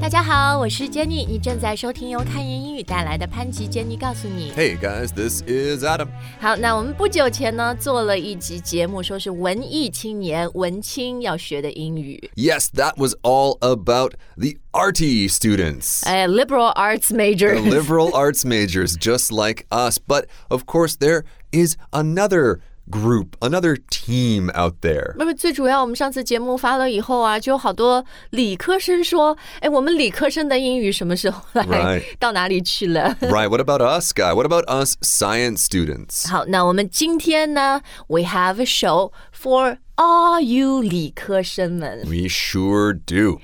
大家好，我是 Jenny，你正在收听由看言英语带来的潘吉 Jenny 告诉你。 Hey guys, this is Adam. 好，那我们不久前呢做了一集节目，说是文艺青年文青要学的英语， Yes, that was all about the arty students. 哎，liberal arts major the。liberal arts majors just like us. But of course there is another group, another team out there. 那么最主要，我们上次节目发了以后啊，就有好多理科生说：“哎，我们理科生的英语什么时候来 Right 到哪里去了？” right, what about us, guy? What about us science students? 好，那我们今天呢，we have a show for all you 理科生们。 We sure do.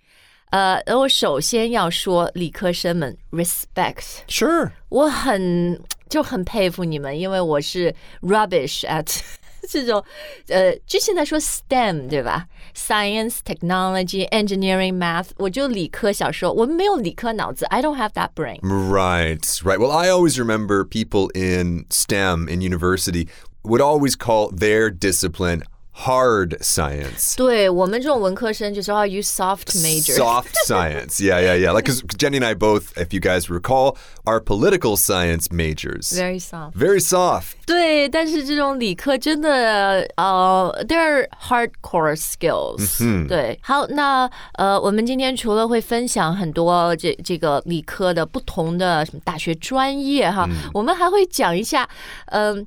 呃，而我首先要说理科生们，respect， Sure. 我很就很佩服你们，因为我是 rubbish at 这种，呃，就现在说 STEM 对吧？Science, technology, engineering, math，我就理科小时候我没有理科脑子，I don't have that brain。 Right, right. Well, I always remember people in STEM in university would always call their discipline hard science. 对我们这种文科生就说 Are you soft major？ Soft science. Yeah, yeah, yeah. Like, because Jenny and I both, if you guys recall, are political science majors. Very soft. Very soft. 对，但是这种理科真的，呃、t h e y r e hardcore skills、对，好，那呃，我们今天除了会分享很多这这个理科的不同的什么大学专业哈，我们还会讲一下，嗯、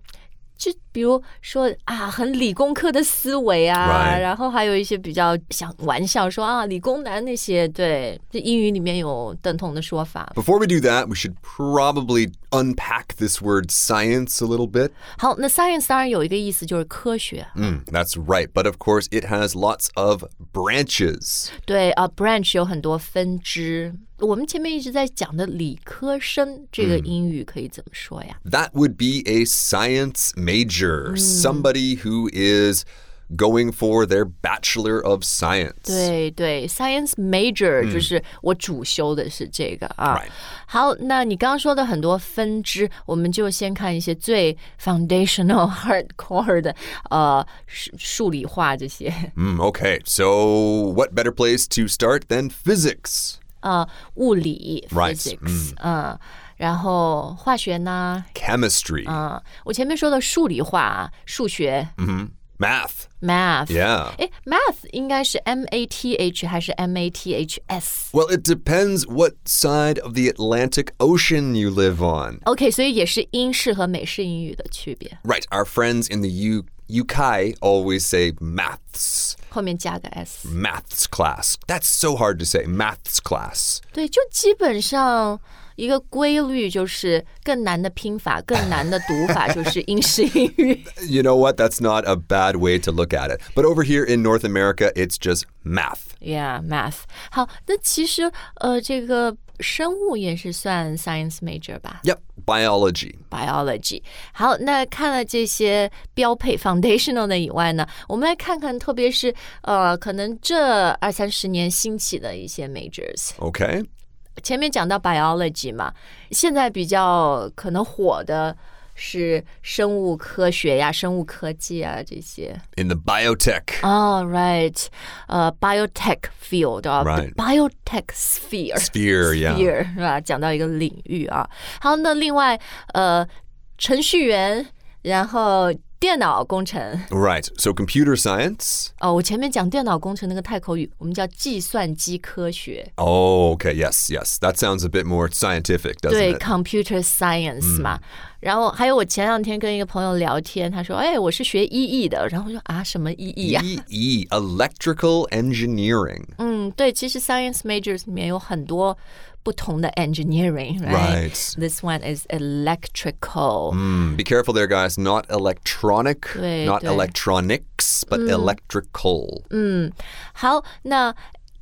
就比如说啊，很理工科的思维啊 Right 然后还有一些比较想玩笑说啊，理工男那些，对，这英语里面有等同的说法。 Before we do that, we should probably unpack this word science a little bit. 好，那 science 当然有一个意思就是科学， Mm, that's right. But of course, it has lots of branches. 对啊、b r a n c h 有很多分支。我们前面一直在讲的理科生，这嗯个英语可以怎么说呀？ That would be a science major, Hmm. somebody who is going for their Bachelor of Science. 对对，science major、就是我主修的是这个啊。嗯 Right 好，那你刚刚说的很多分支，我们就先看一些最 foundational、hardcore 的，呃，数数理化这些。 Mm, okay, so what better place to start than physics? 呃，物理 Right， physics，嗯，然后化学呢， Chemistry, 嗯，我前面说的数理化啊，数学嗯 math. math。 Yeah. 哎，math 应该是 M A T H 还是 M A T H S？ Well, it depends what side of the Atlantic Ocean you live on. OK，所以也是英式和美式英语的区别， Right, our friends in the U- UK always say maths, 后面加个嗯 s。 maths class. That's so hard to say, maths class. 对，就基本上一个规律就是，更难的拼法、更难的读法就是英式英语。 You know what? That's not a bad way to look at it. But over here in North America, it's just math. Yeah, math。好，那其实呃，这个生物也是算 science major 吧。 Yep, biology. biology。好，那看了这些标配 foundational 的以外呢，我们来看看，特别是呃，可能这二三十年兴起的一些 majors。 Okay. 前面讲到 biology 嘛，现在比较可能火的是生物科学呀、生物科技啊这些。 In the biotech 哦、r i g h t 呃、b i o t e c h field 啊 Right biotech sphere。 sphere, yeah. sphere 是吧？讲到一个领域啊。好，那另外呃，程序员，然后电脑工程 Right. So computer science. 哦，我前面讲电脑工程那个太口语，我们叫计算机科学， Oh, okay. Yes, yes. That sounds a bit more scientific, doesn't 对 it? computer science 嘛。然后还有我前两天跟一个朋友聊天，他说：“哎，我是学 EE 的。”然后我说：“啊，什么 EE E 呀、 EE, electrical engineering. 嗯，对，其实 science majors 里面有很多不同的 engineering，right？This Right. one is electrical，、 Mm, Be careful there, guys. Not electronic, 对， not 对。 electronics, but electrical. 好，那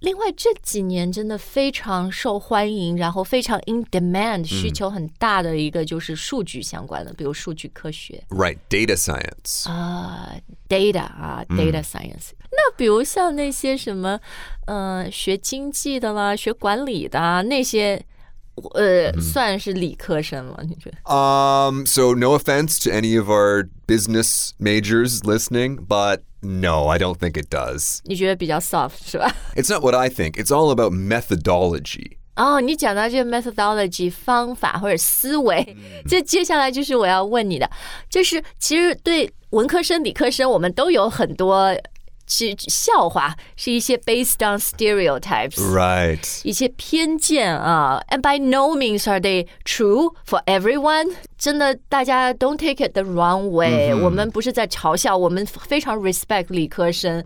另外这几年真的非常受欢迎，然后非常 in demand，需求很大的一个就是数据相关的，比如数据科学 Right. Data science. 啊、d a t a 啊，data science。那比如像那些什么，呃，学经济的啦，学管理的啊，那些。呃，算是理科生吗？你觉得？ Um, so no offense to any of our business majors listening, but no, I don't think it does. 你觉得比较 soft 是吧？ It's not what I think. It's all about methodology. 哦，你讲到这个 methodology 方法或者思维，这接下来就是我要问你的，就是其实对文科生、理科生，我们都有很多是笑话，是一些 based on stereotypes， Right. 一些偏见啊。And by no means are they true for everyone。真的，大家 don't take it the wrong way、我 Mm-hmm. 们不是在嘲笑，我们非常 respect 理科生。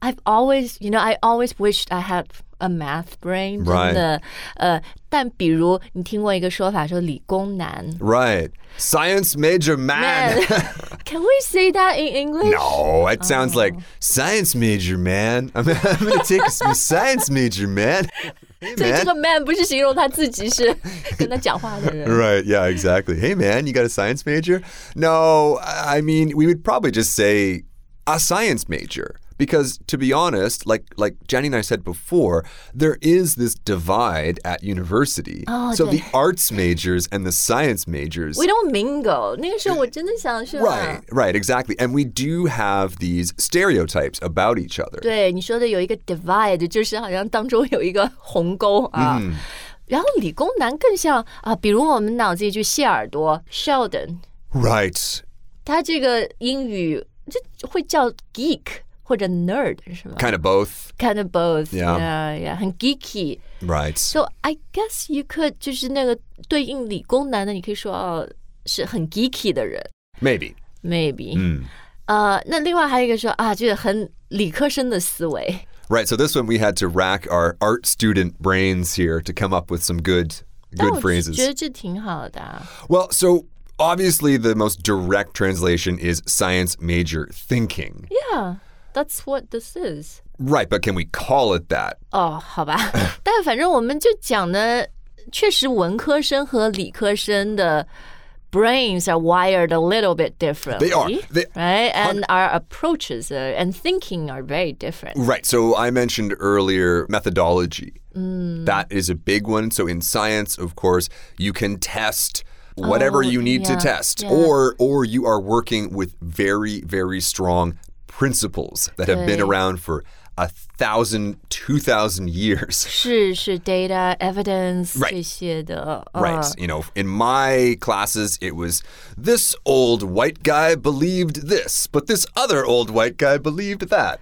I've always, you know, I always wished I had a math brain。 Right 真的，呃，但比如你听过一个说法，说理工男 Right. Science major man. Can we say that in English? No, that sounds like Oh. science major man. I'm, I'm gonna take some science major man. Hey 所以这 man. 个 man 不是形容他自己，是跟他讲话的 人。 Right, yeah, exactly. Hey man, you got a science major? No, I I mean we would probably just say a science major. Because to be honest, like like Jenny and I said before, there is this divide at university. Oh, so okay. the arts majors and the science majors We don't mingle。那个时候我真的想是吧 Right, right, exactly. And we do have these stereotypes about each other. 对你说的有一个 divide，就是好像当中有一个鸿沟啊。嗯然后理工男更像啊，比如我们脑子一句谢耳朵 Sheldon， Right. 他这个英语就会叫 geek 或者 nerd 是吗 Kind of both. ？Kind of both， Yeah. yeah, yeah，很 geeky。 Right. So I guess you could 就是那个对应理工男的，你可以说哦是很 geeky 的人 Maybe. ，maybe。 Mm. 呃，那另外还有一个说啊，就是很理科生的思维。 Right. So this one we had to rack our art student brains here to come up with some good 但 good 我觉 phrases. 得这挺好的啊、 Well, so obviously the most direct translation is science major thinking. Yeah, that's what this is. Right, but can we call it that? 哦，好吧， 但反正我们就讲的，确实文科生和理科生的 brains are wired a little bit differently. They are. They Right, and our approaches uh, and thinking are very different. Right. So I mentioned earlier methodology. Mm. That is a big one. So in science, of course, you can test whatever you need to Oh, yeah, test yeah. or or you are working with very very strong principles that have been Right. around for a thousand, two thousand years. 是是 data evidence Right. 这些的。 Right. 嗯 You know, in my classes, it was this old white guy believed this, but this other old white guy believed that.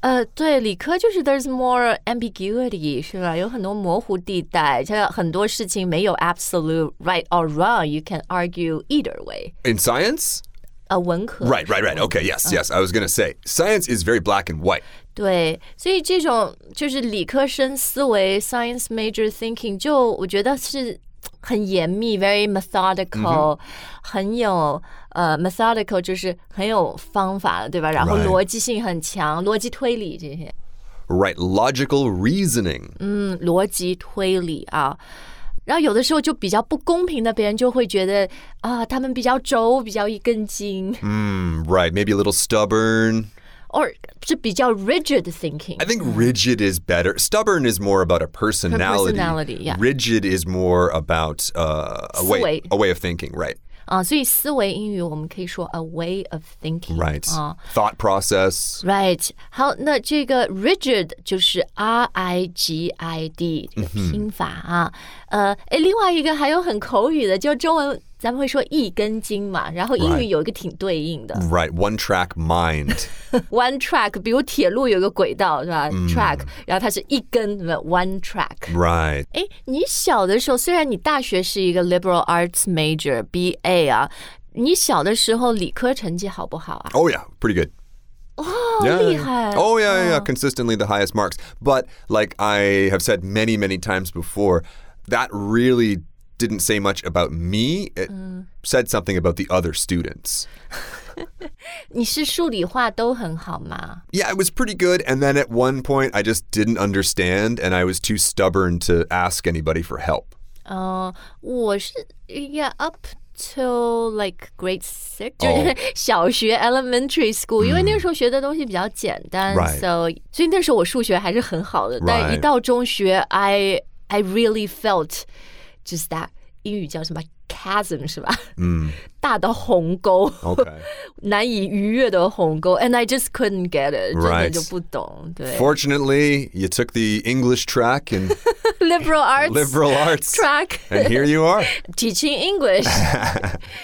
呃，对，理科就是 there's more ambiguity，是吧？有很多模糊地带，像很多事情没有 absolute right or wrong，you can argue either way。 In science? 呃，文科 Right, right, right. Okay, yes, yes. I was going to say science is very black and white. 对，所以这种就是理科生思维 （science major thinking），就我觉得是很严密 （very 嗯 methodical），、很有呃 methodical 就是很有方法的，对吧？然后 Right 逻辑性很强，逻辑推理这些， Right, logical reasoning. 嗯，逻辑推理啊。然后有的时候就比较不公平的，别人就会觉得啊，他们比较轴，比较一根筋， Mm, right, maybe a little stubborn. 或者是比较 rigid thinking I。think rigid is better. Stubborn is more about a personality. personality, yeah. Rigid is more about uh, a way 思维。 a way of thinking. Right, 啊，所以思维英语我们可以说 a way of thinking。 right. 啊 Thought process. Right，好，那这个 rigid 就是 R I G I D 这个拼法啊。呃，诶，另外一个还有很口语的，就中文咱们会说一根筋嘛，然后英 Right 语有一个挺对应的 Right, one track mind. one track，比如铁路有个轨道是吧、t r a c k 然后它是一根对吧 one track。 right. 哎，你小的时候，虽然你大学是一个 liberal arts major B A 啊，你小的时候理科成绩好不好啊？ Oh yeah, pretty good. Oh, 厉害。 Oh yeah, yeah, yeah, consistently the highest marks. But like I have said many, many times before, that really didn't say much about me. It said something about the other students. 你是数理化都很好吗？ Yeah, it was pretty good. And then at one point, I just didn't understand, and I was too stubborn to ask anybody for help. 嗯，Uh, 我是 yeah up to like grade six，、哦就是 小学 elementary school，、因为那个时候学的东西比较简单 Right so 所以那时候我数学还是很好的但一 Right 到中学，I I really felt just that 英语叫什么 chasm 是吧？ 嗯，大的鸿沟。 Okay. 难以逾越的鸿沟，and I just couldn't get it，真的 Right 就不懂。对， Fortunately, you took the English track and liberal arts liberal arts track and here you are ，teaching English 。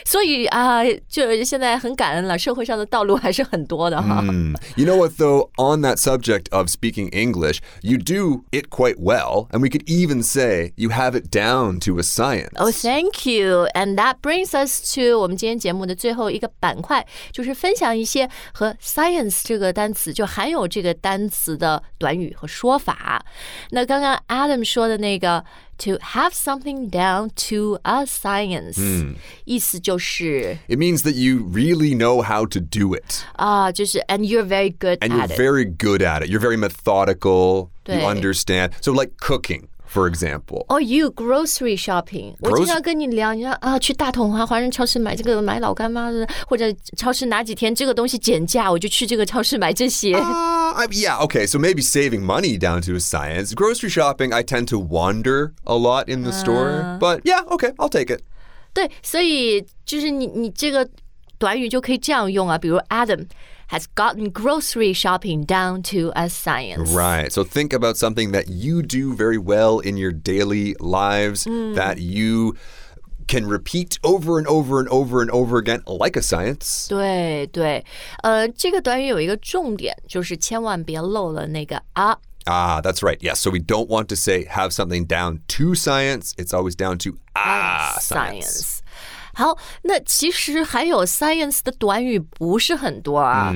所以啊、就是现在很感恩了，社会上的道路还是很多的哈。Hmm. You know what, though, on that subject of speaking English, you do it quite well, and we could even say you have it down to a science. Oh, thank you. And that brings us to 我们今天节目的最后一个板块，就是分享一些和 science 这个单词就含有这个单词的短语和说法。那刚刚 Adam 说的那个 to have something down to a science，、意思就是。 It means that you really know how to do it, 啊就是 and you're very good and at you're it。 very good at it. You're very methodical, you 对。 understand. So, like cooking, for example. Oh, you grocery shopping？我 Groc- 经常跟你聊，你说啊，去大统华华人超市买这个，买老干妈的，或者超市哪几天这个东西减价，我就去这个超市买这些。 Uh, I- yeah, okay, so maybe saving money down to a science. Grocery shopping, I tend to wander a lot in the Uh. store, but yeah, okay, I'll take it. 对，所以就是你你这个短语就可以这样用啊，比如 Adam has gotten grocery shopping down to a science。 Right. So think about something that you do very well in your daily lives that you can repeat over and over and over and over again, like a science. 对对，呃，这个短语有一个重点，就是千万别漏了那个啊。 Ah, that's right. Yes. so we don't want to say have something down to science. It's always down to ah science。science. 好，那其实还有 science 的短语不是很多啊，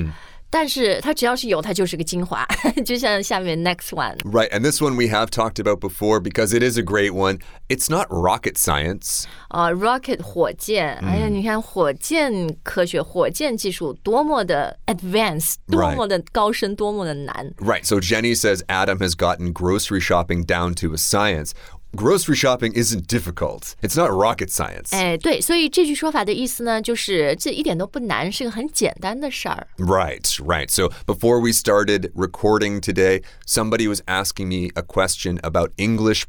但是它只要是有，它就是个精华。 就像下面 next one， Right. And this one we have talked about before because it is a great one. It's not rocket science. 啊、r o c k e t 火箭，哎呀，你看火箭科学、火箭技术多么的 advanced，多 Right 么的高深，多么的难。 Right. So Jenny says Adam has gotten grocery shopping down to a science. Grocery shopping isn't difficult. It's not rocket science. 哎，对，所以这句说法的意思呢，就是这一点都不难，是个很简单的事儿。 Right, right. So before we started recording today, somebody was asking me a question about English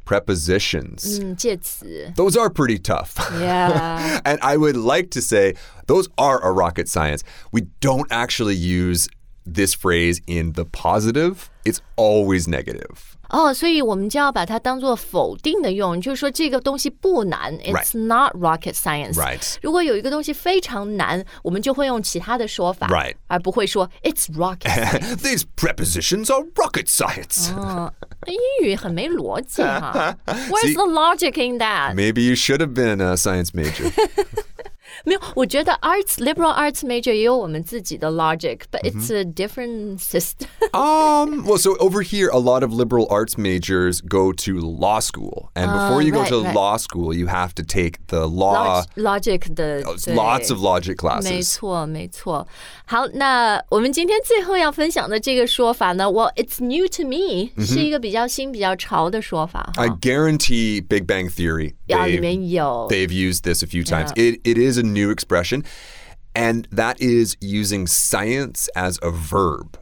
prepositions. 嗯，介 词 Those are pretty tough. Mm. ，yeah。 and I would like to say those are a rocket science. We don't actually use this phrase in the positive, it's always negative. 哦，所以我们就要把它当做否定的用，就是说这个东西不难 Right. ，It's not rocket science。 Right. 如果有一个东西非常难，我们就会用其他的说法 Right. 而不会说 It's rocket science。These prepositions are rocket science. 嗯，英语很没逻辑哈。Where's the logic in that？ Maybe you should have been a science major. 没有，我觉得 arts liberal arts major 也有我们自己的 logic，but Mm-hmm. it's a different system。 Um, well, so over here, a lot of liberal arts majors go to law school. And before you go Ah, right, to right. law school, you have to take the law, logic 的 Uh lots 对 of logic 没 classes. 错，没错。好，那我们今天最后要分享的这个说法呢，Well, it's new to me，、是一个比较新、比较潮的说法 I 哈。 guarantee Big Bang Theory, 呀，里 they've, 面有 they've used this a few times. It, it is a new expression, and that is using science as a verb.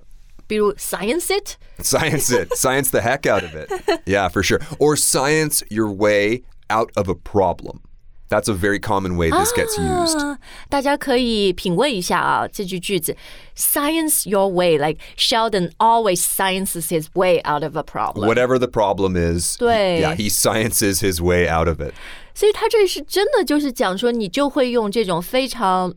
比如 science it， Science it, science the heck out of it. Yeah, for sure. Or science your way out of a problem. That's a very common way this gets used. 啊，大家可以品味一下啊这句句子，science your way，like Sheldon always sciences his way out of a problem。 whatever the problem is, he- 对。 yeah, he sciences his way out of it. 所以他这是真的就是讲说，你就会用这种非常。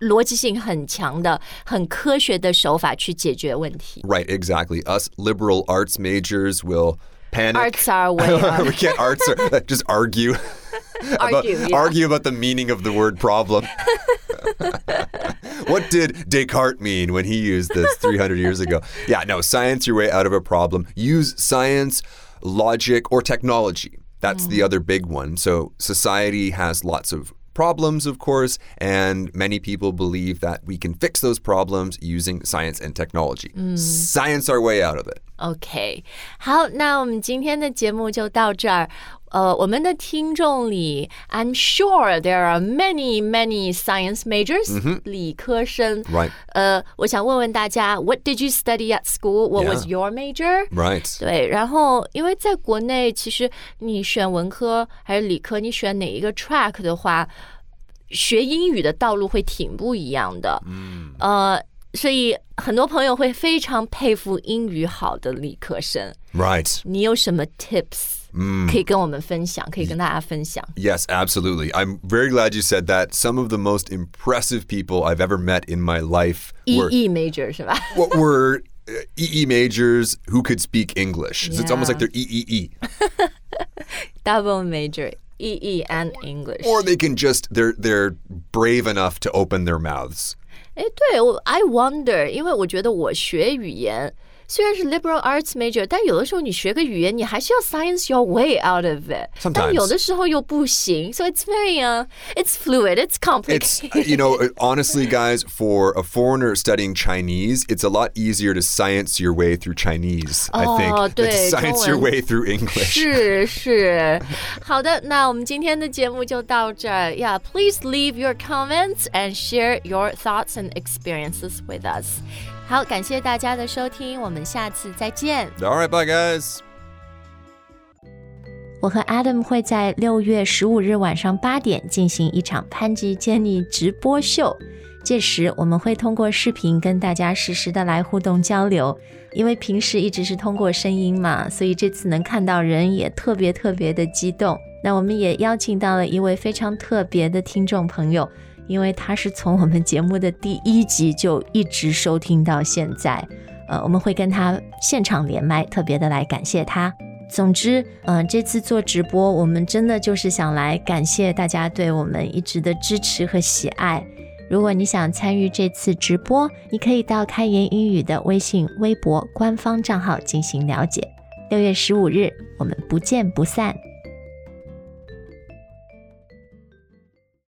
逻辑性很强的、很科学的手法去解决问题。 Right, exactly. Us liberal arts majors will panic. Arts are way out we can't arts or, just argue. about, Argue, yeah. argue about the meaning of the word problem. what did Descartes mean when he used this 300 years ago? Yeah, no, science your way out of a problem. Use science, logic, or technology. That's Mm. the other big one. So, society has lots of problems, of course, and many people believe that we can fix those problems using science and technology. Mm. Science our way out of it. OK，好，那我们今天的节目就到这儿。呃，我们的听众里，I'm sure there are many many science majors，、理科生。 Right. 呃，我想问问大家，What did you study at school? What was Yeah. your major? Right. 对，然后因为在国内，其实你选文科还是理科，你选哪一个 track 的话，学英语的道路会挺不一样的。嗯，呃，所以很多朋友会非常佩服英语好的理科生。 Right. 你有什么 tips 可以跟我们分享？可以跟大家分享？ Yes, absolutely. I'm very glad you said that. Some of the most impressive people I've ever met in my life E were E major 是吧？ what were uh, EE majors who could speak English. So It's almost Yeah. like they're E EEE. double major E E and English。 Or they can just they're they're brave enough to open their mouths. 哎，对我 I wonder，因为我觉得我学语言虽然是 liberal arts major，但有的时候你学个语言，你还是要 science your way out of it。但 Sometimes. 有的时候又不行，so it's very uh, it's fluid, it's It's complicated. you know uh, honestly guys for a foreigner studying Chinese, it's a lot easier to science your way through Chinese, I Oh, think, than to 对， science your 中文。 way through English. 是是，好的，那我们今天的节目就到这儿。Yeah, please leave your comments and share your thoughts and experiences with us. 好，感谢大家的收听，我们下次再见。 All right, bye guys. 我和 Adam 会在六月十五日晚上八点进行一场潘吉 Jenny 直播秀，届时我们会通过视频跟大家实时的来互动交流。因为平时一直是通过声音嘛，所以这次能看到人也特别特别的激动。那我们也邀请到了一位非常特别的听众朋友，因为他是从我们节目的第一集就一直收听到现在。呃，我们会跟他现场连麦，特别的来感谢他。总之，嗯、这次做直播，我们真的就是想来感谢大家对我们一直的支持和喜爱。如果你想参与这次直播，你可以到开言英语的微信、微博官方账号进行了解。六月十五日，我们不见不散。